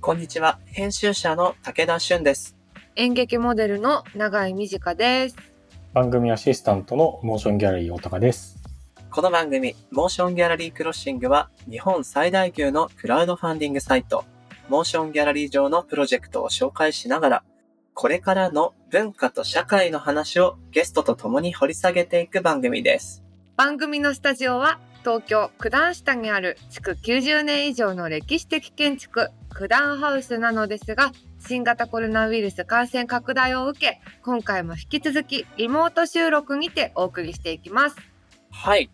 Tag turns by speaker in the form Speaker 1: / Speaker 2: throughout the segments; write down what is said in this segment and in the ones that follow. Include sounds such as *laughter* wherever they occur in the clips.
Speaker 1: こんにちは。編集者の武田俊です。
Speaker 2: 演劇モデルの永井美智香です。
Speaker 3: 番組アシスタントのモーションギャラリー大高です。
Speaker 1: この番組、モーションギャラリークロッシングは、日本最大級のクラウドファンディングサイト、モーションギャラリー上のプロジェクトを紹介しながら、これからの文化と社会の話をゲストと共に掘り下げていく番組です。
Speaker 2: 番組のスタジオは東京九段下にある築90年以上の歴史的建築九段ハウスなのですが、新型コロナウイルス感染拡大を受け、今回も引き続きリモート収録にてお送りしていきます。
Speaker 1: はい。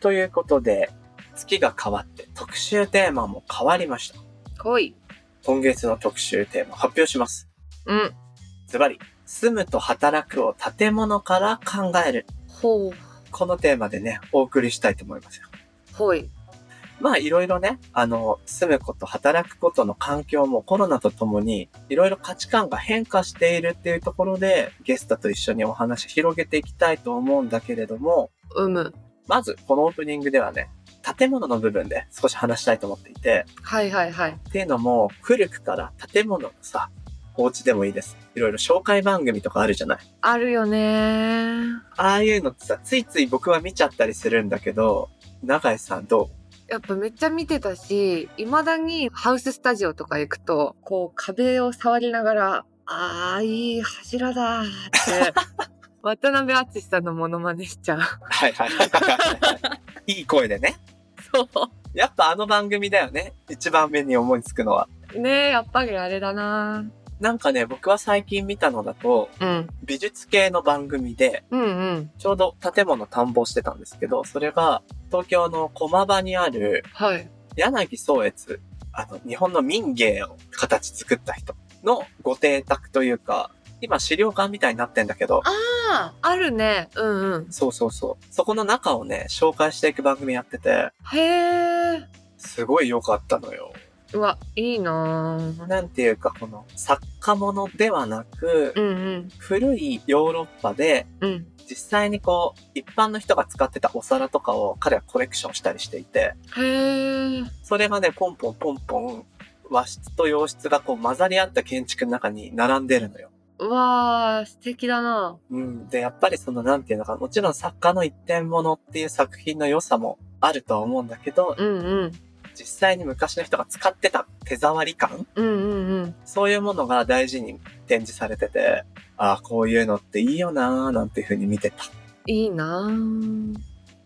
Speaker 1: ということで、月が変わって特集テーマも変わりました。
Speaker 2: ほい。
Speaker 1: 今月の特集テーマ発表します。
Speaker 2: うん。
Speaker 1: ズバリ、住むと働くを建物から考える。
Speaker 2: ほ
Speaker 1: このテーマでね、お送りしたいと思いますよ。
Speaker 2: う。ほい。
Speaker 1: まあいろいろね、あの、住むこと、働くことの環境もコロナとともに、いろいろ価値観が変化しているっていうところで、ゲストと一緒にお話広げていきたいと思うんだけれども、
Speaker 2: うむ。
Speaker 1: まずこのオープニングではね、建物の部分で少し話したいと思っていて、
Speaker 2: はいはいはい。
Speaker 1: っていうのも、古くから建物のさ、お家でもいいです。いろいろ紹介番組とかあるじゃない。
Speaker 2: あるよねー。
Speaker 1: ああいうのってさ、ついつい僕は見ちゃったりするんだけど、永井さんどう
Speaker 2: やっぱめっちゃ見てたし、未だにハウススタジオとか行くと、こう壁を触りながら、あー、いい柱だー *laughs* って、渡辺淳さんのモノマネしちゃう。
Speaker 1: はいはいはいはい。 *laughs* いい声でね。
Speaker 2: そ
Speaker 1: やっぱあの番組だよね。一番目に思いつくのは。
Speaker 2: う。ねえ、やっぱりあれだな
Speaker 1: なんかね、僕は最近見たのだと、
Speaker 2: ーうん。
Speaker 1: 美術系の番組で、
Speaker 2: うんうん。
Speaker 1: ちょうど建物探訪してたんですけど、それが、東京の駒場にある
Speaker 2: はい。
Speaker 1: 柳宗悦、あの、日本の民芸を形作った人のご邸宅というか、今資料館みたいになってんだけど、
Speaker 2: ああ、あるね。うんうん。
Speaker 1: そうそうそう。そこの中をね、紹介していく番組やってて、
Speaker 2: へえ。
Speaker 1: すごい良かったのよ。
Speaker 2: うわ、いいなー
Speaker 1: なんていうか、この作家ものではなく、
Speaker 2: うんうん。
Speaker 1: 古いヨーロッパで
Speaker 2: うん。
Speaker 1: 実際にこう一般の人が使ってたお皿とかを彼はコレクションしたりしていて
Speaker 2: へえ。
Speaker 1: それがねポンポンポンポン和室と洋室がこう混ざり合った建築の中に並んでるのよ。
Speaker 2: うわー、素敵だな
Speaker 1: うん、でやっぱりそのなんていうのかもちろん作家の一点物っていう作品の良さもあるとは思うんだけど
Speaker 2: うんうん。
Speaker 1: 実際に昔の人が使ってた手触り感
Speaker 2: うんうんうん。
Speaker 1: そういうものが大事に展示されててああこういうのっていいよなーなんていうふうに見てた。
Speaker 2: いいなー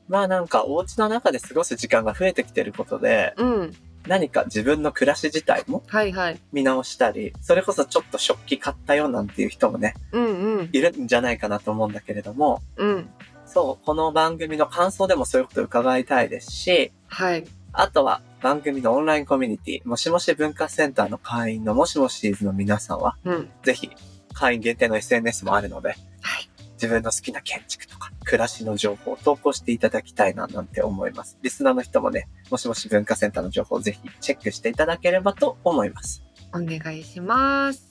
Speaker 1: まあなんかお家の中で過ごす時間が増えてきてることで、
Speaker 2: うん。
Speaker 1: 何か自分の暮らし自体も
Speaker 2: はいはい。
Speaker 1: 見直したり、それこそちょっと食器買ったよなんていう人もね、
Speaker 2: うんうん。
Speaker 1: いるんじゃないかなと思うんだけれども、
Speaker 2: うん。
Speaker 1: そう、この番組の感想でもそういうことを伺いたいですし、
Speaker 2: はい。
Speaker 1: あとは番組のオンラインコミュニティ、もしもし文化センターの会員のもしもしーずの皆さんは、
Speaker 2: うん。
Speaker 1: ぜひ会員限定の SNS もあるので、
Speaker 2: はい
Speaker 1: 自分の好きな建築とか暮らしの情報を投稿していただきたいななんて思います。リスナーの人もね、もしもし文化センターの情報をぜひチェックしていただければと思います。
Speaker 2: お願いします。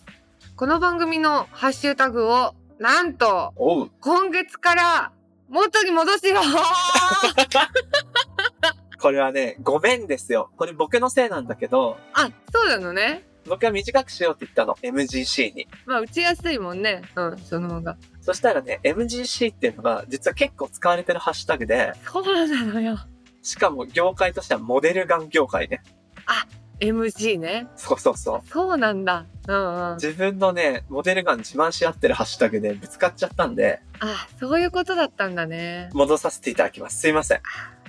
Speaker 2: この番組のハッシュタグを、なんと、
Speaker 1: おう
Speaker 2: 今月から、元に戻すよ *laughs*
Speaker 1: これはね、ごめんですよ。これ僕のせいなんだけど、
Speaker 2: あ、そうなのね。
Speaker 1: 僕は短くしようって言ったの。MGC に。
Speaker 2: まあ、打ちやすいもんね。うん、その方が。
Speaker 1: そしたらね、MGC っていうのが実は結構使われてるハッシュタグで、
Speaker 2: そうなのよ。
Speaker 1: しかも業界としてはモデルガン業界ね。
Speaker 2: MG ね。
Speaker 1: そうそうそう。
Speaker 2: そうなんだ。うんうん。
Speaker 1: 自分のね、モデルガン自慢し合ってるハッシュタグでぶつかっちゃったんで、
Speaker 2: あ、そういうことだったんだね。
Speaker 1: 戻させていただきます。すいません。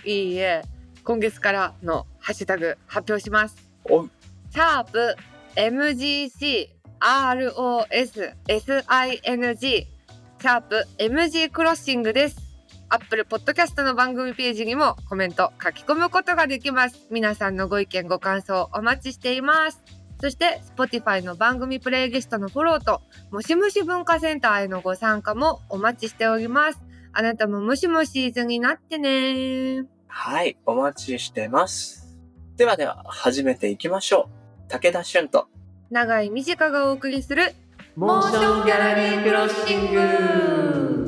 Speaker 2: いいえ。今月からのハッシュタグ発表します。
Speaker 1: おう
Speaker 2: シャープ MGC ROS SING シャープ MG クロッシングです。アップルポッドキャストの番組ページにもコメント書き込むことができます。皆さんのご意見ご感想お待ちしています。そして Spotify の番組プレイリストのフォローともしもし文化センターへのご参加もお待ちしております。あなたももしもしーずになってねー。
Speaker 1: はい、お待ちしてます。ではでは、始めていきましょう。武田俊と。
Speaker 2: 長井美智香がお送りする
Speaker 1: モーションギャラリークロッシン
Speaker 2: グ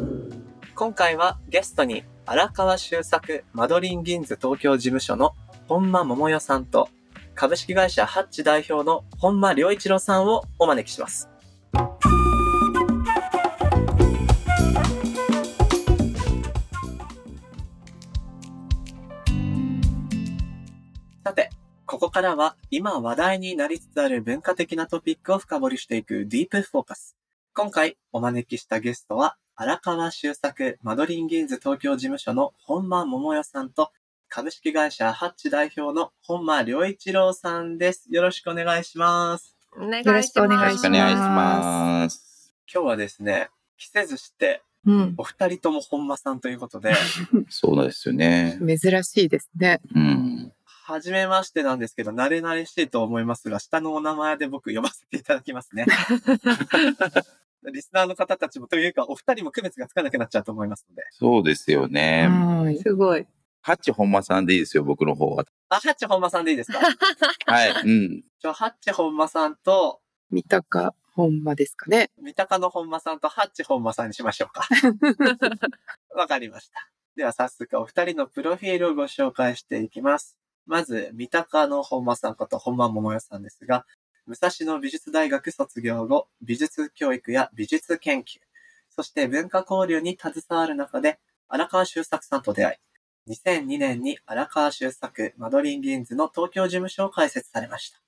Speaker 1: 今回はゲストに荒川修作マドリン銀ズ東京事務所の本間桃代さんと株式会社ハッチ代表の本間良一郎さんをお招きします。さて、ここからは今話題になりつつある文化的なトピックを深掘りしていくディープフォーカス。今回お招きしたゲストは荒川修作マドリンギーンズ東京事務所の本間桃代さんと株式会社ハッチ代表の本間良一郎さんです。よろしくお願いします。
Speaker 2: お願いします。
Speaker 4: よろしくお
Speaker 5: よ
Speaker 4: 願
Speaker 5: ろ
Speaker 4: い
Speaker 5: し
Speaker 4: し
Speaker 5: くお願いします。
Speaker 1: 今日はですね、着せずして
Speaker 5: うん、
Speaker 1: お二人とも本間さんということで、
Speaker 4: そうなんですよね。
Speaker 5: 珍しいですね。
Speaker 4: うん。
Speaker 1: はじめましてなんですけど、慣れ慣れしいと思いますが、下のお名前で僕呼ばせていただきますね。リスナーの方たちもというか、お二人も区別がつかなくなっちゃうと思いますので。
Speaker 4: そうですよね。
Speaker 5: はい。
Speaker 2: すごい。
Speaker 4: ハッチ本間さんでいいですよ、僕の方は。
Speaker 1: あ、ハッチ本間さんでいいですか
Speaker 4: はい。うん。
Speaker 1: ちょハッチ本間さんと、
Speaker 5: 三鷹本間ですかね。
Speaker 4: *laughs*
Speaker 1: 三鷹の本間さんとハッチ本間さんにしましょうか。わかりました。では早速お二人のプロフィールをご紹介していきます。まず、三鷹の本間さんこと本間桃代さんですが、武蔵野美術大学卒業後、美術教育や美術研究、そして文化交流に携わる中で、荒川修作さんと出会い、2002年に荒川修作マドリンギンズの東京事務所を開設されました。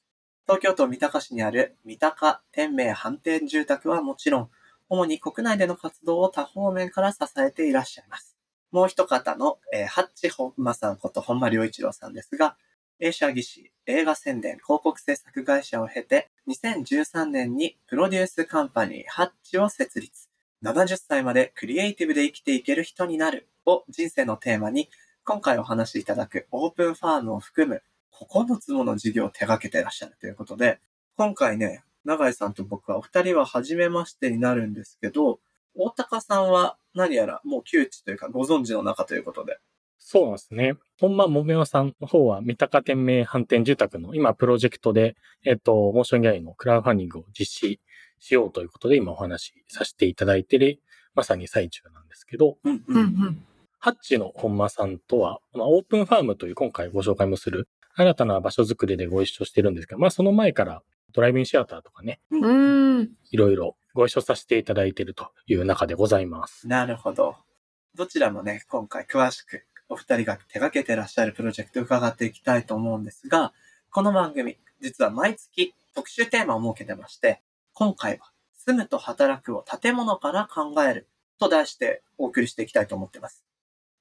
Speaker 1: 東京都三鷹市にある三鷹天明反転住宅はもちろん、主に国内での活動を多方面から支えていらっしゃいます。もう一方の、えーハッチ本間さんこと本間良一郎さんですが、映写技師、映画宣伝、広告制作会社を経て、2013年にプロデュースカンパニーハッチを設立。70歳までクリエイティブで生きていける人になるを人生のテーマに、今回お話しいただくオープンファームを含む9つもの事業を手掛けていらっしゃるということで、今回ね、永井さんと僕はお二人は初めましてになるんですけど、大高さんは何やらもう窮地というかご存知の中ということで。
Speaker 3: そうなんですね。本間もめおさんの方は、三鷹天明反転住宅の今プロジェクトで、えっと、モーションギャラリーのクラウドファンディングを実施しようということで、今お話しさせていただいてる、まさに最中なんですけど、
Speaker 1: うん
Speaker 5: うんうん。
Speaker 3: ハッチの本間さんとは、まあ、オープンファームという今回ご紹介もする新たな場所づくりでご一緒してるんですけど、まあその前からドライビングシアターとかね、
Speaker 1: うん
Speaker 2: うん。
Speaker 3: いろいろご一緒させていただいてるという中でございます。
Speaker 1: なるほど。どちらもね、今回詳しくお二人が手掛けてらっしゃるプロジェクトを伺っていきたいと思うんですが、この番組、実は毎月特集テーマを設けてまして、今回は住むと働くを建物から考えると題してお送りしていきたいと思ってます。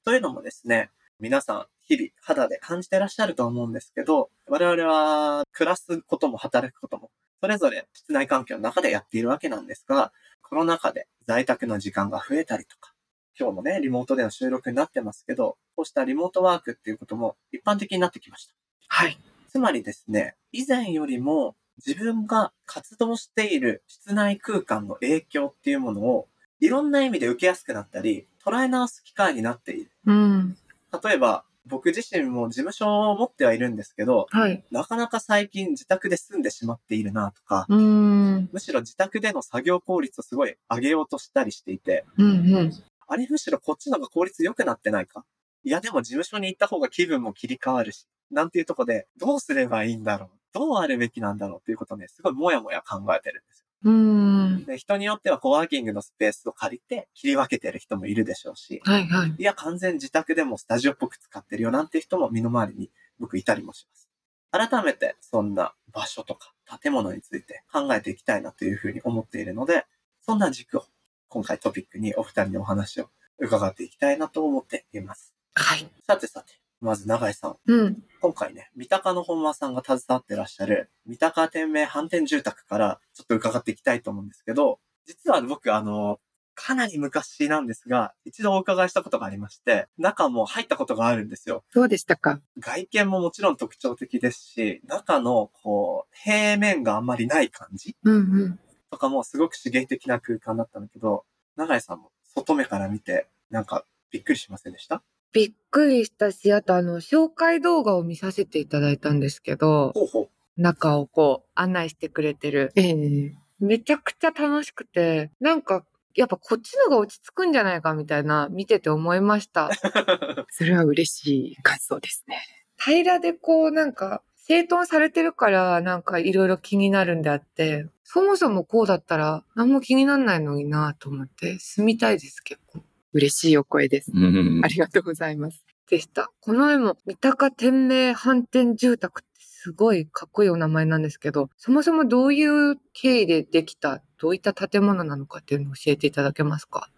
Speaker 1: というのもですね、皆さん日々肌で感じてらっしゃると思うんですけど、我々は暮らすことも働くことも、それぞれ室内環境の中でやっているわけなんですが、コロナ禍で在宅の時間が増えたりとか、今日もね、リモートでの収録になってますけど、こうしたリモートワークっていうことも一般的になってきました。
Speaker 5: はい。
Speaker 1: つまりですね、以前よりも自分が活動している室内空間の影響っていうものを、いろんな意味で受けやすくなったり、捉え直す機会になっている。
Speaker 5: うん。
Speaker 1: 例えば、僕自身も事務所を持ってはいるんですけど、
Speaker 5: はい。
Speaker 1: なかなか最近自宅で住んでしまっているなとか、
Speaker 5: うん。うん
Speaker 1: むしろ自宅での作業効率をすごい上げようとしたりしていて、
Speaker 5: うん。
Speaker 1: あれむしろこっちの方が効率良くなってないかいやでも事務所に行った方が気分も切り替わるし、なんていうとこで、どうすればいいんだろうどうあるべきなんだろうっていうことをね、すごいもやもや考えてるんです
Speaker 5: うん。
Speaker 1: よ。で、人によってはコワーキングのスペースを借りて切り分けてる人もいるでしょうし、
Speaker 5: はいはい。
Speaker 1: いや完全自宅でもスタジオっぽく使ってるよなんて人も身の回りに僕いたりもします。改めてそんな場所とか建物について考えていきたいなというふうに思っているので、そんな軸を今回トピックにお二人のお話を伺っていきたいなと思っています。
Speaker 5: はい。
Speaker 1: さてさて、まず永井さん。
Speaker 5: うん。
Speaker 1: 今回ね、三鷹の本間さんが携わってらっしゃる三鷹天明反転住宅からちょっと伺っていきたいと思うんですけど、実は僕あの、かなり昔なんですが、一度お伺いしたことがありまして、中も入ったことがあるんですよ。
Speaker 5: どうでしたか
Speaker 1: 外見ももちろん特徴的ですし、中のこう、平面があんまりない感じ
Speaker 5: うん
Speaker 1: とかもすごく刺激的な空間だったんだけど、永井さんも外目から見て、なんかびっくりしませんでした
Speaker 2: びっくりしたし、あとあの、紹介動画を見させていただいたんですけど、
Speaker 1: ほう *laughs* ほう。
Speaker 2: 中をこう、案内してくれてる。
Speaker 5: ええ
Speaker 2: めちゃくちゃ楽しくて、なんか、やっぱこっちのが落ち着くんじゃないかみたいな、見てて思いました。
Speaker 5: それは嬉しい感想ですね。
Speaker 2: 平らでこう、なんか、整頓されてるから、なんかいろいろ気になるんであって、そもそもこうだったら何も気にならないのになと思って、住みたいです、結構。
Speaker 5: 嬉しいお声です。
Speaker 4: うんうん
Speaker 5: ありがとうございます。
Speaker 2: でした。この絵も、三鷹天明反転住宅ってすごいかっこいいお名前なんですけど、そもそもどういう経緯でできた、どういった建物なのかっていうのを教えていただけますか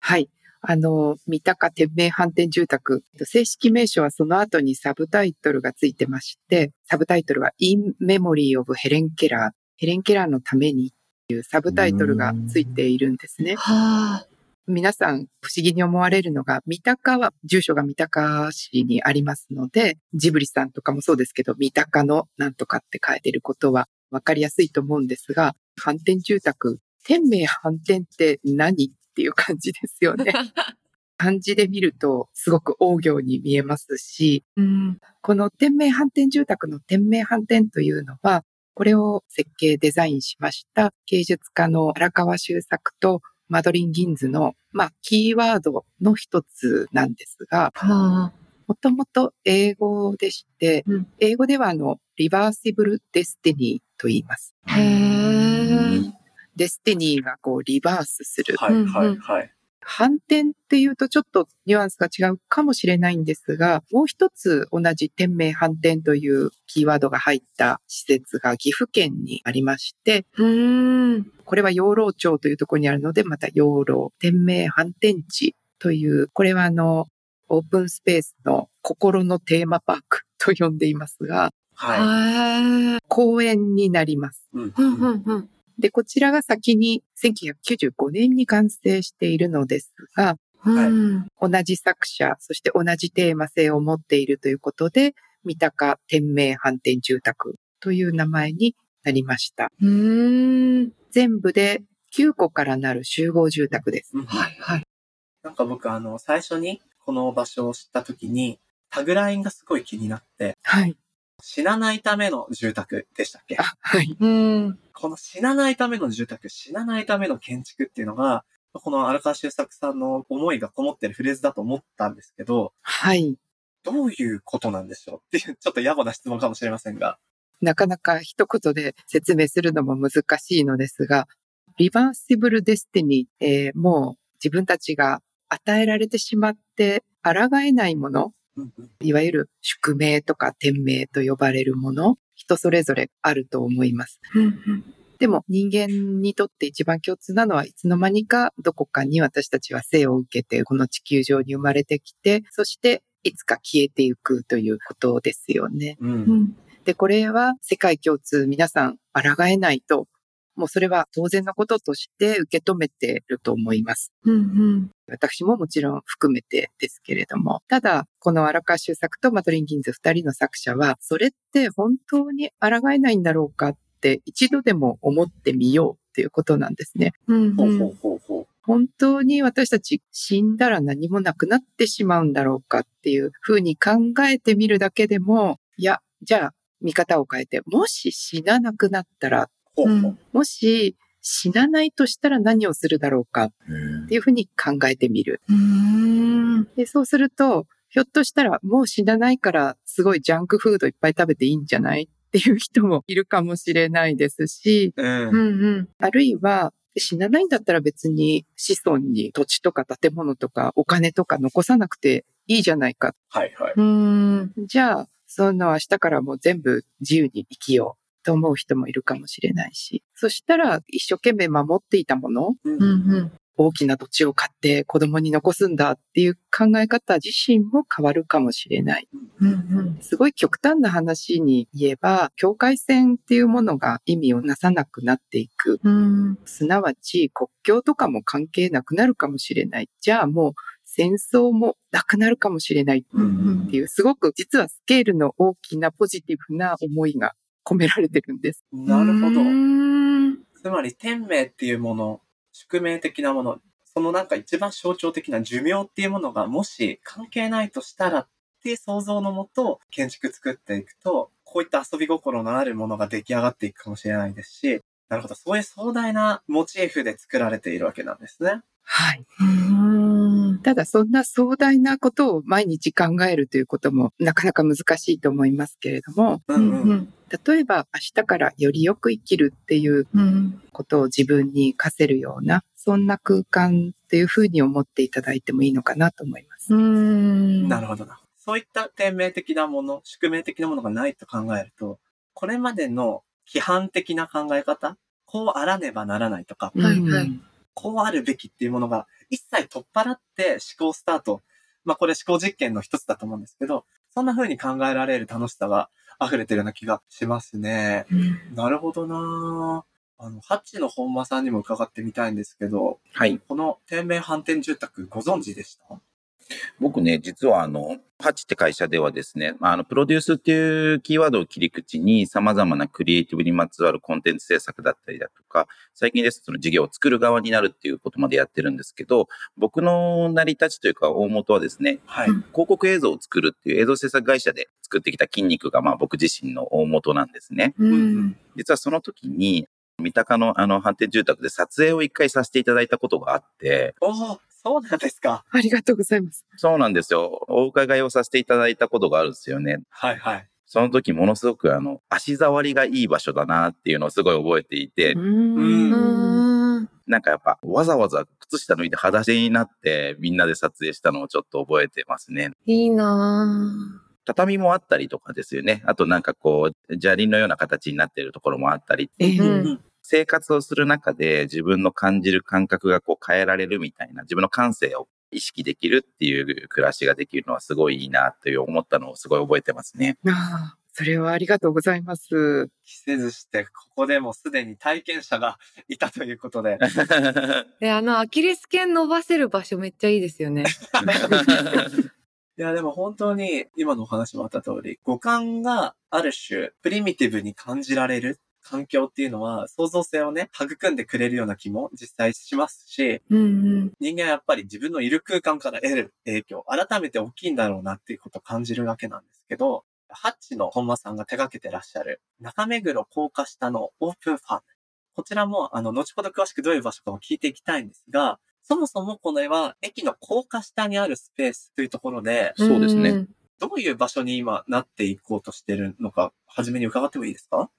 Speaker 5: はい。あの、三鷹天明反転住宅。正式名称はその後にサブタイトルがついてまして、サブタイトルは In Memory of Helen Keller。ヘレン・ケラーのためにっていうサブタイトルがついているんですね。
Speaker 2: はあ。
Speaker 5: 皆さん不思議に思われるのが、三鷹は、住所が三鷹市にありますので、ジブリさんとかもそうですけど、三鷹のなんとかって書いてることは分かりやすいと思うんですが、反転住宅、天命反転って何っていう感じです
Speaker 2: *laughs*
Speaker 5: よね。漢字で見るとすごく大行に見えますし、
Speaker 2: うん。
Speaker 5: この天命反転住宅の天命反転というのは、これを設計デザインしました芸術家の荒川修作とマドリン・ギンズの、まあ、キーワードの一つなんですが、
Speaker 2: はあ。
Speaker 5: もともと英語でして、
Speaker 2: うん
Speaker 5: 英語ではあの、リバーシブル・デスティニーと言います。
Speaker 2: へえ。
Speaker 5: デスティニーがこう、リバースする。
Speaker 1: はいはいはい。
Speaker 5: 反転っていうとちょっとニュアンスが違うかもしれないんですが、もう一つ同じ天命反転というキーワードが入った施設が岐阜県にありまして、
Speaker 2: うん。
Speaker 5: これは養老町というところにあるので、また養老天命反転地という、これはあの、オープンスペースの心のテーマパークと呼んでいますが、
Speaker 1: はい。
Speaker 2: はい。
Speaker 5: 公園になります。
Speaker 1: うん
Speaker 2: うんうんうん。
Speaker 5: で、こちらが先に1995年に完成しているのですが、
Speaker 1: はい
Speaker 2: うん
Speaker 5: 同じ作者、そして同じテーマ性を持っているということで、三鷹天明反転住宅という名前になりました。
Speaker 2: うーん。
Speaker 5: 全部で9個からなる集合住宅です。
Speaker 1: うん
Speaker 2: はいはい。
Speaker 1: なんか僕あの、最初にこの場所を知った時に、タグラインがすごい気になって、
Speaker 5: はい。
Speaker 1: 死なないための住宅でしたっけ
Speaker 5: あ、はい。
Speaker 2: うん。
Speaker 1: この死なないための住宅、死なないための建築っていうのが、この荒川修作さんの思いがこもってるフレーズだと思ったんですけど、
Speaker 5: はい。
Speaker 1: どういうことなんでしょうっていう、ちょっと野暮な質問かもしれませんが。
Speaker 5: なかなか一言で説明するのも難しいのですが、リバーシブルデスティニー、えーもう自分たちが与えられてしまって抗えないもの
Speaker 1: うんうん
Speaker 5: いわゆる宿命とか天命と呼ばれるもの、人それぞれあると思います。でも人間にとって一番共通なのはいつの間にかどこかに私たちは生を受けてこの地球上に生まれてきて、そしていつか消えていくということですよね。
Speaker 1: うん。
Speaker 5: で、これは世界共通皆さん抗えないと、もうそれは当然のこととして受け止めていると思います。私ももちろん含めてですけれども、ただ、この荒川修作とマトリン・ギンズ二人の作者は、それって本当に抗えないんだろうかって一度でも思ってみようっていうことなんですね。
Speaker 1: ほうほうほうほ
Speaker 5: 本当に私たち死んだら何もなくなってしまうんだろうかっていうふうに考えてみるだけでも、いや、じゃあ見方を変えて、もし死ななくなったら、
Speaker 1: う。ほうほう。
Speaker 5: もし死なないとしたら何をするだろうかっ
Speaker 4: うん
Speaker 5: ていうふうに考えてみる。で、そうすると、ひょっとしたらもう死なないからすごいジャンクフードいっぱい食べていいんじゃないっていう *laughs* 人もいるかもしれないですし、
Speaker 1: うん。
Speaker 5: あるいは死なないんだったら別に子孫に土地とか建物とかお金とか残さなくていいじゃないか。
Speaker 1: はいはい。
Speaker 5: じゃあ、そんな明日からもう全部自由に生きようと思う人もいるかもしれないし、そしたら一生懸命守っていたもの、
Speaker 1: うん。
Speaker 5: 大きな土地を買って子供に残すんだっていう考え方自身も変わるかもしれない。すごい極端な話に言えば、境界線っていうものが意味をなさなくなっていく。すなわち国境とかも関係なくなるかもしれない。じゃあもう戦争もなくなるかもしれないっていう、すごく実はスケールの大きなポジティブな思いが込められてるんです。
Speaker 1: なるほど。つまり、天命っていうもの、宿命的なもの、そのなんか一番象徴的な寿命っていうものが、もし関係ないとしたらっていう想像のもと、建築作っていくと、こういった遊び心のあるものが出来上がっていくかもしれないですし、なるほど。そういう壮大なモチーフで作られているわけなんですね。
Speaker 5: はい。
Speaker 2: うん。
Speaker 5: ただそんな壮大なことを毎日考えるということもなかなか難しいと思いますけれども、
Speaker 1: う
Speaker 2: うん
Speaker 1: うん。
Speaker 2: ん。
Speaker 5: 例えば明日からよりよく生きるっていう
Speaker 2: うん。
Speaker 5: ことを自分に課せるような、そんな空間っていうふうに思っていただいてもいいのかなと思います。
Speaker 2: うん。
Speaker 1: なるほどな。そういった天命的なもの、宿命的なものがないと考えると、これまでの規範的な考え方、こうあらねばならないとか、
Speaker 2: はいはい
Speaker 5: うん
Speaker 1: こうあるべきっていうものが一切取っ払って思考スタート。まあこれ思考実験の一つだと思うんですけど、そんな風に考えられる楽しさが溢れてるような気がしますね。なるほどなあの、ハッチの本間さんにも伺ってみたいんですけど、
Speaker 4: はい。
Speaker 1: この天命反転住宅ご存知でした
Speaker 4: 僕ね、実はあの、ハチって会社ではですね、まああの、プロデュースっていうキーワードを切り口に様々なクリエイティブにまつわるコンテンツ制作だったりだとか、最近ですとその事業を作る側になるっていうことまでやってるんですけど、僕の成り立ちというか大元はですね、
Speaker 1: はい。
Speaker 4: 広告映像を作るっていう映像制作会社で作ってきた筋肉がまあ僕自身の大元なんですね。
Speaker 2: う。。
Speaker 1: うん
Speaker 4: 実はその時に、三鷹のあの、反転住宅で撮影を一回させていただいたことがあって、
Speaker 1: おおそうなんですか。
Speaker 5: ありがとうございます。
Speaker 4: そうなんですよ。お伺いをさせていただいたことがあるんですよね。
Speaker 1: はいはい。
Speaker 4: その時ものすごくあの、足触りがいい場所だなっていうのをすごい覚えていて、
Speaker 1: ん
Speaker 5: うん
Speaker 2: うん。
Speaker 4: なんかやっぱわざわざ靴下脱いで裸足になってみんなで撮影したのをちょっと覚えてますね。
Speaker 2: いいな
Speaker 4: 畳もあったりとかですよね。あとなんかこう、砂利のような形になっているところもあったり、
Speaker 5: ええ
Speaker 2: うん
Speaker 4: 生活をする中で自分の感じる感覚がこう変えられるみたいな、自分の感性を意識できるっていう暮らしができるのはすごいいいなという思ったのをすごい覚えてます
Speaker 2: *laughs*
Speaker 4: ね。
Speaker 5: ああそれはありがとうございます。
Speaker 1: 着せずして、ここでもすでに体験者が *laughs* いたということで。
Speaker 2: で、あの、アキレス腱伸ばせる場所めっちゃいいですよね。
Speaker 1: いや、でも本当に今のお話もあった通り、五感がある種、プリミティブに感じられる環境っていうのは、創造性をね、育んでくれるような気も実際しますし、
Speaker 2: うん
Speaker 1: 人間はやっぱり自分のいる空間から得る影響、改めて大きいんだろうなっていうことを感じるわけなんですけど、ハッチの本間さんが手掛けてらっしゃる、中目黒高架下のオープンファーム。こちらも、あの、後ほど詳しくどういう場所かも聞いていきたいんですが、そもそもこれは駅の高架下にあるスペースというところで、
Speaker 2: うん。
Speaker 4: そうですね
Speaker 2: ん。
Speaker 1: どういう場所に今なっていこうとしてるのか、はじめに伺ってもいいですか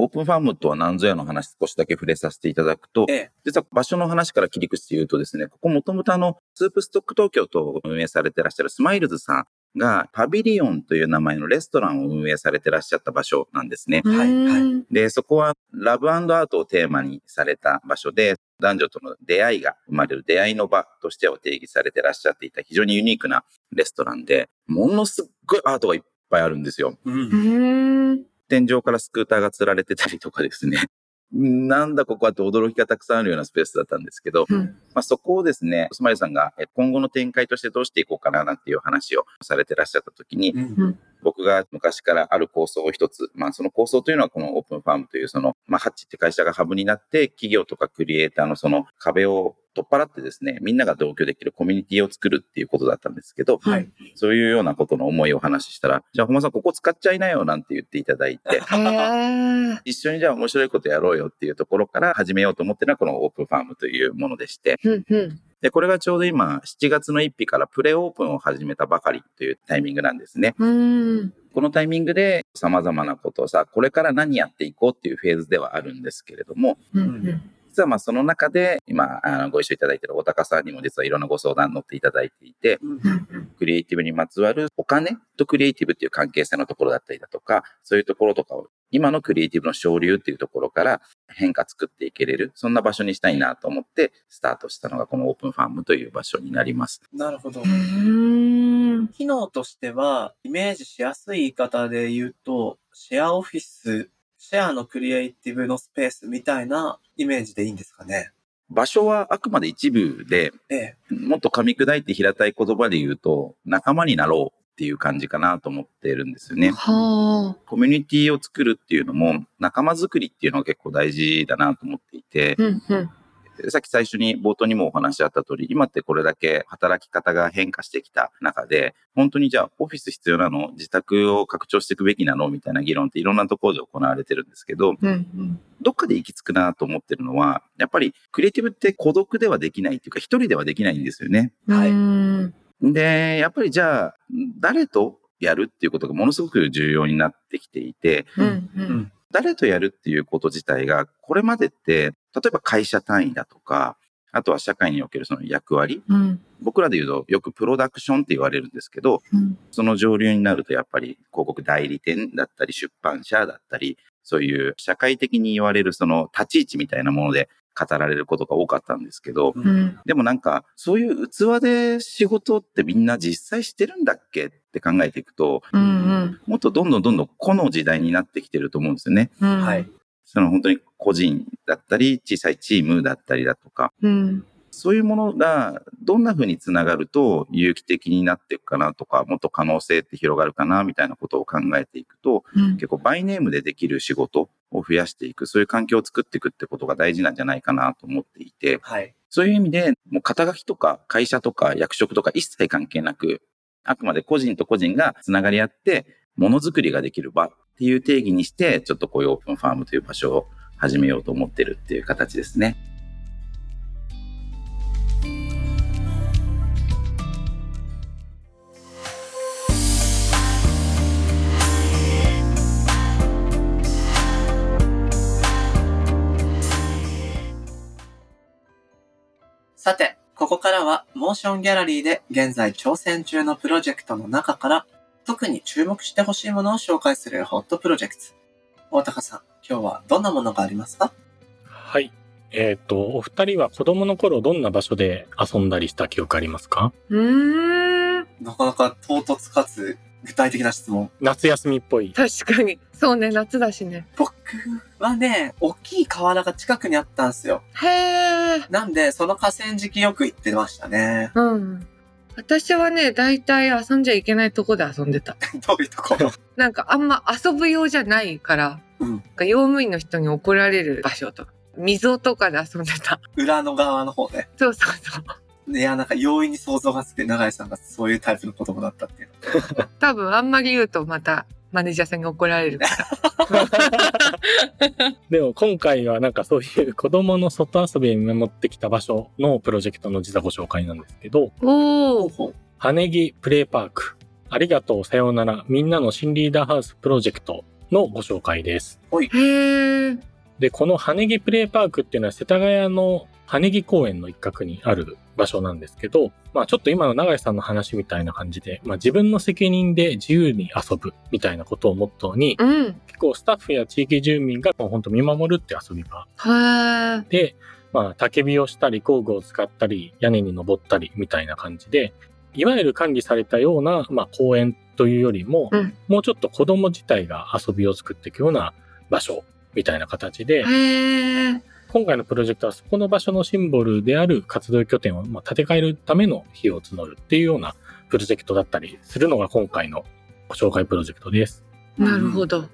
Speaker 4: オープンファームとは何ぞやの話少しだけ触れさせていただくと、
Speaker 1: ええ
Speaker 4: 実は場所の話から切り口で言うとですね、ここもともとあの、スープストック東京と運営されてらっしゃるスマイルズさんが、パビリオンという名前のレストランを運営されてらっしゃった場所なんですね。
Speaker 1: はいはい
Speaker 2: うん
Speaker 4: で、そこはラブアートをテーマにされた場所で、男女との出会いが生まれる出会いの場としてを定義されてらっしゃっていた非常にユニークなレストランで、ものすっごいアートがいっぱいあるんですよ。
Speaker 1: う。
Speaker 2: うんん。
Speaker 4: 天井からスクーターが吊られてたりとかですね。 *laughs* なんだここはって驚きがたくさんあるようなスペースだったんですけど、
Speaker 2: うん
Speaker 4: まあ、そこをですね、スマイルさんがえ今後の展開としてどうしていこうかななんていう話をされてらっしゃった時に、
Speaker 1: うん
Speaker 4: 僕が昔からある構想を一つ、まあその構想というのはこのオープンファームというその、まあハッチって会社がハブになって企業とかクリエイターのその壁を取っ払ってですね、みんなが同居できるコミュニティを作るっていうことだったんですけど、
Speaker 1: はい。
Speaker 4: そういうようなことの思いをお話ししたら、じゃあ本間さんここ使っちゃいなよなんて言っていただいて、
Speaker 2: へえ。
Speaker 4: 一緒にじゃあ面白いことやろうよっていうところから始めようと思ってるのはこのオープンファームというものでして、
Speaker 2: うんうん。
Speaker 4: で、これがちょうど今7月の1日からプレオープンを始めたばかりというタイミングなんですね。
Speaker 2: うん。
Speaker 4: このタイミングで様々なことをさ、これから何やっていこうっていうフェーズではあるんですけれども、
Speaker 2: うん
Speaker 4: 実はまあその中で今あのご一緒いただいているお高さんにも実はいろんなご相談乗っていただいていて、クリエイティブにまつわるお金とクリエイティブっていう関係性のところだったりだとか、そういうところとかを今のクリエイティブの昇流っていうところから変化作っていけれる、そんな場所にしたいなと思ってスタートしたのがこのオープンファームという場所になります。
Speaker 1: なるほど。
Speaker 2: ん。
Speaker 1: 機能としては、イメージしやすい言い方で言うと、シェアオフィス、シェアのクリエイティブのスペースみたいなイメージでいいんですかね。
Speaker 4: 場所はあくまで一部で、
Speaker 1: ええ。
Speaker 4: もっと噛み砕いて平たい言葉で言うと、仲間になろうっていう感じかなと思ってるんですよね。
Speaker 2: はあ。
Speaker 4: コミュニティを作るっていうのも、仲間作りっていうのが結構大事だなと思っていて、
Speaker 2: うんうん。
Speaker 4: さっき最初に冒頭にもお話あった通り、今ってこれだけ働き方が変化してきた中で、本当にじゃあオフィス必要なの自宅を拡張していくべきなのみたいな議論っていろんなところで行われてるんですけど、
Speaker 2: うん
Speaker 4: どっかで行き着くなと思ってるのは、やっぱりクリエイティブって孤独ではできないっていうか、一人ではできないんですよね。
Speaker 1: はい
Speaker 2: うん
Speaker 4: で、やっぱりじゃあ、誰とやるっていうことがものすごく重要になってきていて、
Speaker 2: うんうんん
Speaker 4: 誰とやるっていうこと自体が、これまでって、例えば会社単位だとか、あとは社会におけるその役割。
Speaker 2: うん
Speaker 4: 僕らで言うとよくプロダクションって言われるんですけど、
Speaker 2: うん
Speaker 4: その上流になるとやっぱり広告代理店だったり出版社だったり、そういう社会的に言われるその立ち位置みたいなもので語られることが多かったんですけど、
Speaker 2: うん
Speaker 4: でもなんかそういう器で仕事ってみんな実際してるんだっけって考えていくと、
Speaker 2: うん
Speaker 4: もっとどんどんどんどんこの時代になってきてると思うんですよね。
Speaker 2: うん
Speaker 1: はい。
Speaker 4: その本当に個人だったり、小さいチームだったりだとか、
Speaker 2: うん
Speaker 4: そういうものがどんな風につながると有機的になっていくかなとか、もっと可能性って広がるかなみたいなことを考えていくと、
Speaker 2: うん
Speaker 4: 結構バイネームでできる仕事を増やしていく、そういう環境を作っていくってことが大事なんじゃないかなと思っていて、
Speaker 1: はい。
Speaker 4: そういう意味で、もう肩書きとか会社とか役職とか一切関係なく、あくまで個人と個人がつながり合って、ものづくりができる場っていう定義にして、ちょっとこういうオープンファームという場所を始めようと思ってるっていう形ですね。
Speaker 1: さて、ここからは、モーションギャラリーで現在挑戦中のプロジェクトの中から、特に注目してほしいものを紹介するホットプロジェクト。大高さん、今日はどんなものがありますか
Speaker 3: はい。えっ、と、お二人は子供の頃どんな場所で遊んだりした記憶ありますか
Speaker 2: うーん
Speaker 1: なかなか唐突かつ具体的な質問。
Speaker 3: 夏休みっぽい。
Speaker 2: 確かにそうね夏だしね
Speaker 1: 僕はね、大きい河原が近くにあったんですよ。
Speaker 2: へえ。
Speaker 1: なんで、その河川敷よく行ってましたね *laughs*
Speaker 2: うん私はね大体遊んじゃいけないとこで遊んでた
Speaker 1: どういうところ
Speaker 2: なんかあんま遊ぶ用じゃないから、
Speaker 1: うん
Speaker 2: なんか用務員の人に怒られる場所とか溝とかで遊んでた *laughs*
Speaker 1: 裏の側の方ね。
Speaker 2: そうそうそう
Speaker 1: いや、なんか容易に想像がつく長井さんがそういうタイプの子供だったっていうの。
Speaker 2: 多分あんまり言うとまたマネージャーさんに怒られるから
Speaker 3: でも今回はなんかそういう子供の外遊びを見守ってきた場所のプロジェクトの実はご紹介なんですけど、
Speaker 2: おお
Speaker 1: ほう。
Speaker 3: 羽木プレイパーク、ありがとうさようなら、みんなの新リーダーハウスプロジェクトのご紹介です。
Speaker 2: へえ
Speaker 3: で、この羽木プレイパークっていうのは世田谷の羽木公園の一角にある場所なんですけど、まあちょっと今の永井さんの話みたいな感じで、まあ自分の責任で自由に遊ぶみたいなことをモットーに、
Speaker 2: うんへ
Speaker 3: 結構スタッフや地域住民がもう本当見守るって遊び場
Speaker 2: え
Speaker 3: で、まあ、焚き火をしたり、工具を使ったり、屋根に登ったりみたいな感じで、いわゆる管理されたような、まあ、公園というよりも、
Speaker 2: うん
Speaker 3: もうちょっと子供自体が遊びを作っていくような場所みたいな形で、
Speaker 2: へえ
Speaker 3: 今回のプロジェクトはそこの場所のシンボルである活動拠点を、まあ、建て替えるための費用を募るっていうようなプロジェクトだったりするのが今回のご紹介プロジェクトです。
Speaker 2: なるほど、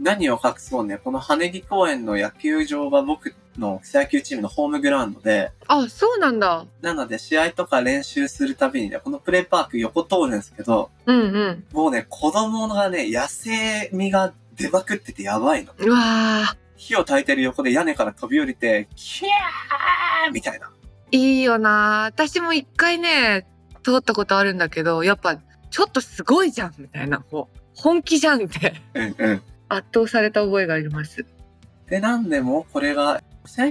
Speaker 1: 何を隠そうね、この羽木公園の野球場は僕の草野球チームのホームグラウンドで、
Speaker 2: あそうなんだ
Speaker 1: なので試合とか練習するたびにね、このプレイパーク横通るんですけど、
Speaker 2: うんうん
Speaker 1: もうね、子供がね、野生味が出まくっててやばいの。
Speaker 2: うわー
Speaker 1: 火を焚いてる横で屋根から飛び降りて、キャーみたいな。
Speaker 2: いいよな私も一回ね通ったことあるんだけどやっぱちょっとすごいじゃんみたいなこう本気じゃんって
Speaker 1: うんうん。
Speaker 2: *laughs* 圧倒された覚えがあります。
Speaker 1: で、なんでもこれが、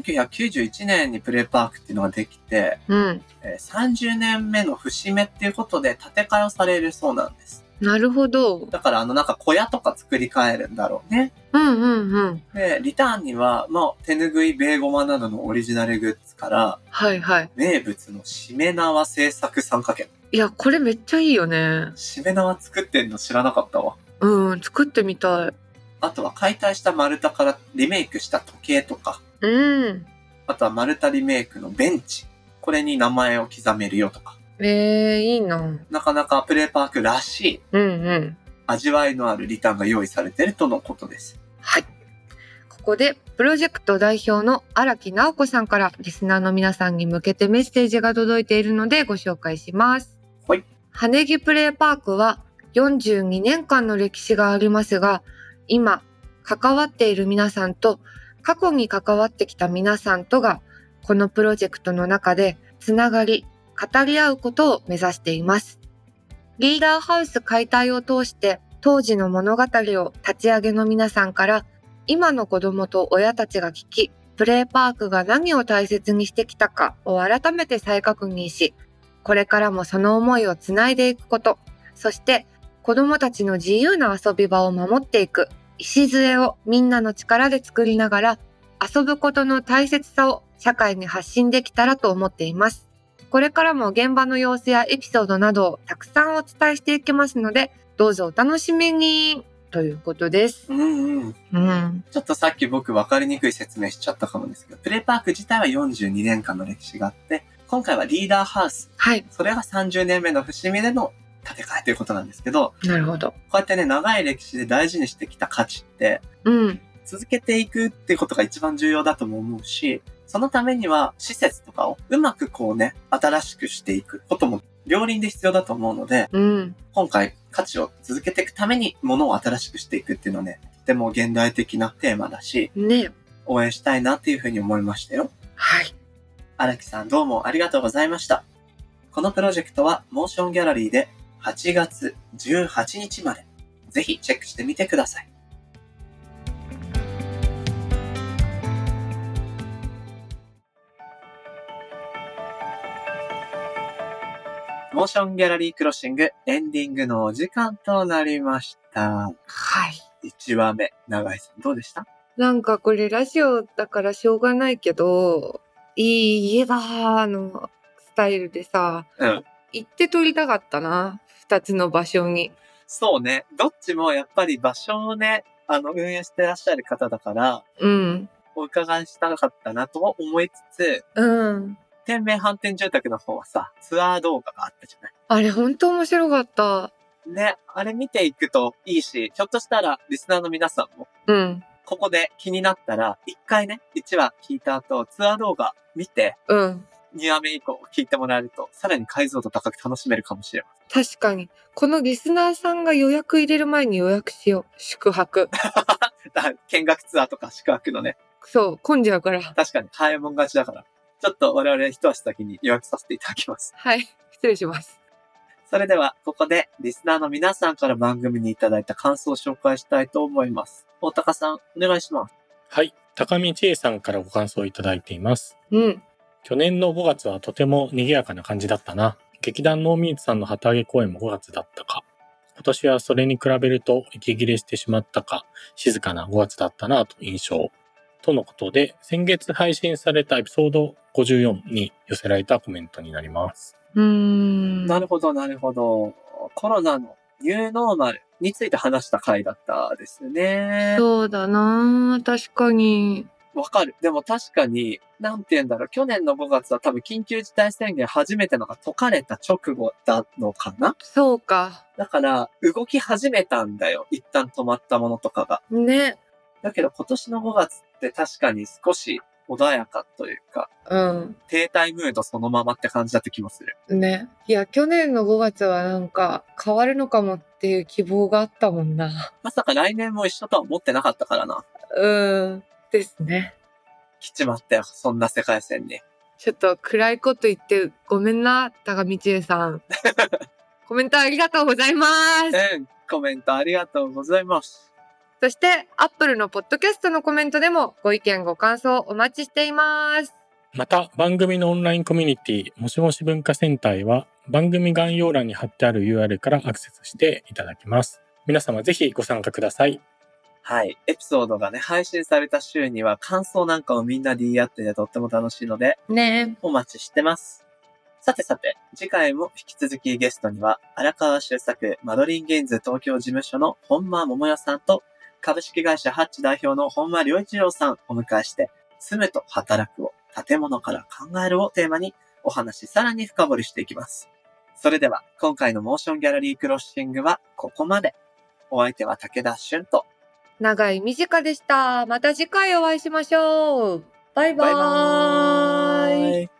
Speaker 1: 1991年にプレイパークっていうのができて、
Speaker 2: うん。
Speaker 1: えー30年目の節目っていうことで建て替えをされるそうなんです。
Speaker 2: なるほど。
Speaker 1: だからあのなんか小屋とか作り変えるんだろうね。
Speaker 2: うんうんうん。
Speaker 1: で、リターンには、まあ、手拭い、ベーゴマなどのオリジナルグッズから、
Speaker 2: はいはい。
Speaker 1: 名物のしめ縄制作参加券。
Speaker 2: いや、これめっちゃいいよね。
Speaker 1: しめ縄作ってんの知らなかったわ。
Speaker 2: うん、作ってみたい。
Speaker 1: あとは解体した丸太からリメイクした時計とか、
Speaker 2: うん。
Speaker 1: あとは丸太リメイクのベンチ。これに名前を刻めるよとか。
Speaker 2: えー、いいな。うん
Speaker 1: なかなかプレイパークらしい
Speaker 2: うん。
Speaker 1: 味わいのあるリターンが用意されてるとのことです。
Speaker 2: はい。ここで、プロジェクト代表の荒木直子さんからリスナーの皆さんに向けてメッセージが届いているのでご紹介します。
Speaker 1: はい。
Speaker 2: 羽木プレイパークは42年間の歴史がありますが、今、関わっている皆さんと過去に関わってきた皆さんとがこのプロジェクトの中でつながり、語り合うことを目指しています。リーダーハウス解体を通して当時の物語を立ち上げの皆さんから今の子供と親たちが聞き、プレイパークが何を大切にしてきたかを改めて再確認し、これからもその思いをつないでいくこと、そして子供たちの自由な遊び場を守っていく礎をみんなの力で作りながら遊ぶことの大切さを社会に発信できたらと思っています。これからも現場の様子やエピソードなどをたくさんお伝えしていきますので、どうぞお楽しみにということです。
Speaker 1: うんうん。
Speaker 2: うん。
Speaker 1: ちょっとさっき僕分かりにくい説明しちゃったかもですけど、プレイパーク自体は42年間の歴史があって、今回はリーダーハウス。
Speaker 2: はい。
Speaker 1: それが30年目の節目での建て替えということなんですけど、
Speaker 2: なるほど。
Speaker 1: こうやってね、長い歴史で大事にしてきた価値って、
Speaker 2: うん。
Speaker 1: 続けていくってことが一番重要だとも思うし、そのためには施設とかをうまくこうね、新しくしていくことも両輪で必要だと思うので、
Speaker 2: うん、
Speaker 1: 今回価値を続けていくためにものを新しくしていくっていうのはね、とても現代的なテーマだし、
Speaker 2: ね、
Speaker 1: 応援したいなっていうふうに思いましたよ。
Speaker 2: はい。
Speaker 1: 荒木さんどうもありがとうございました。このプロジェクトはモーションギャラリーで8月18日まで、ぜひチェックしてみてください。モーションギャラリークロッシングエンディングのお時間となりました。
Speaker 2: はい。
Speaker 1: 1話目、長井さんどうでした
Speaker 2: なんかこれラジオだからしょうがないけど、いい家だのスタイルでさ、
Speaker 1: うん。
Speaker 2: 行って撮りたかったな。二つの場所に。
Speaker 1: そうね。どっちもやっぱり場所をね、あの、運営してらっしゃる方だから、
Speaker 2: うん。
Speaker 1: お伺いしたかったなとは思いつつ、
Speaker 2: うん。
Speaker 1: 天命反転住宅の方はさ、ツアー動画があったじゃない。
Speaker 2: あれ、ほんと面白かった。
Speaker 1: ね、あれ見ていくといいし、ひょっとしたらリスナーの皆さんも、
Speaker 2: うん。
Speaker 1: ここで気になったら、一回ね、1話聞いた後、ツアー動画見て、
Speaker 2: うん。
Speaker 1: 2話目以降聞いてもらえると、さらに解像度高く楽しめるかもしれま
Speaker 2: せん。確かに。このリスナーさんが予約入れる前に予約しよう。宿 *laughs* 泊。
Speaker 1: 見学ツアーとか宿泊のね。
Speaker 2: そう、混んじゃうから。
Speaker 1: 確かに、早いもん勝ちだから。ちょっと我々一足先に予約させていただきます。
Speaker 2: はい、失礼します。
Speaker 1: それでは、ここでリスナーの皆さんから番組にいただいた感想を紹介したいと思います。大高さん、お願いします。
Speaker 3: はい、高見千恵さんからご感想をいただいています。
Speaker 2: うん。
Speaker 3: 去年の5月はとても賑やかな感じだったな。劇団ノーミーツさんの旗揚げ公演も5月だったか。今年はそれに比べると息切れしてしまったか、静かな5月だったなと印象。とのことで、先月配信されたエピソード54に寄せられたコメントになります。
Speaker 2: うん。
Speaker 1: なるほど、なるほど。コロナのニューノーマルについて話した回だったですね。
Speaker 2: そうだな確かに。
Speaker 1: わかる。でも確かに、なんて言うんだろう。去年の5月は多分緊急事態宣言初めてのが解かれた直後だのかな
Speaker 2: そうか。
Speaker 1: だから、動き始めたんだよ。一旦止まったものとかが。
Speaker 2: ね。
Speaker 1: だけど今年の5月って確かに少し穏やかというか、
Speaker 2: うん。
Speaker 1: 停滞ムードそのままって感じだった気もする。
Speaker 2: ね。いや、去年の5月はなんか変わるのかもっていう希望があったもんな。 *laughs*
Speaker 1: まさか来年も一緒とは思ってなかったからな。
Speaker 2: うん。ですね。
Speaker 1: 来ちまったよ、そんな世界線に。
Speaker 2: ちょっと暗いこと言ってごめんな、高道恵さん。コメントありがとうございます。
Speaker 1: うん、コメントありがとうございます。
Speaker 2: そして、アップルのポッドキャストのコメントでもご意見、ご感想お待ちしています。
Speaker 3: また、番組のオンラインコミュニティ、もしもし文化センターへは、番組概要欄に貼ってある URL からアクセスしていただきます。皆様ぜひご参加ください。
Speaker 1: はい。エピソードがね、配信された週には感想なんかをみんなで言い合っててとっても楽しいので、
Speaker 2: ね
Speaker 1: お待ちしてます。さてさて、次回も引き続きゲストには、荒川修作マドリンゲインズ東京事務所の本間桃代さんと、株式会社ハッチ代表の本間良一郎さんお迎えして、住むと働くを建物から考えるをテーマにお話さらに深掘りしていきます。それでは、今回のモーションギャラリークロッシングはここまで。お相手は武田俊と、
Speaker 2: 長い短でした。また次回お会いしましょう。バイバーイ。バイバーイ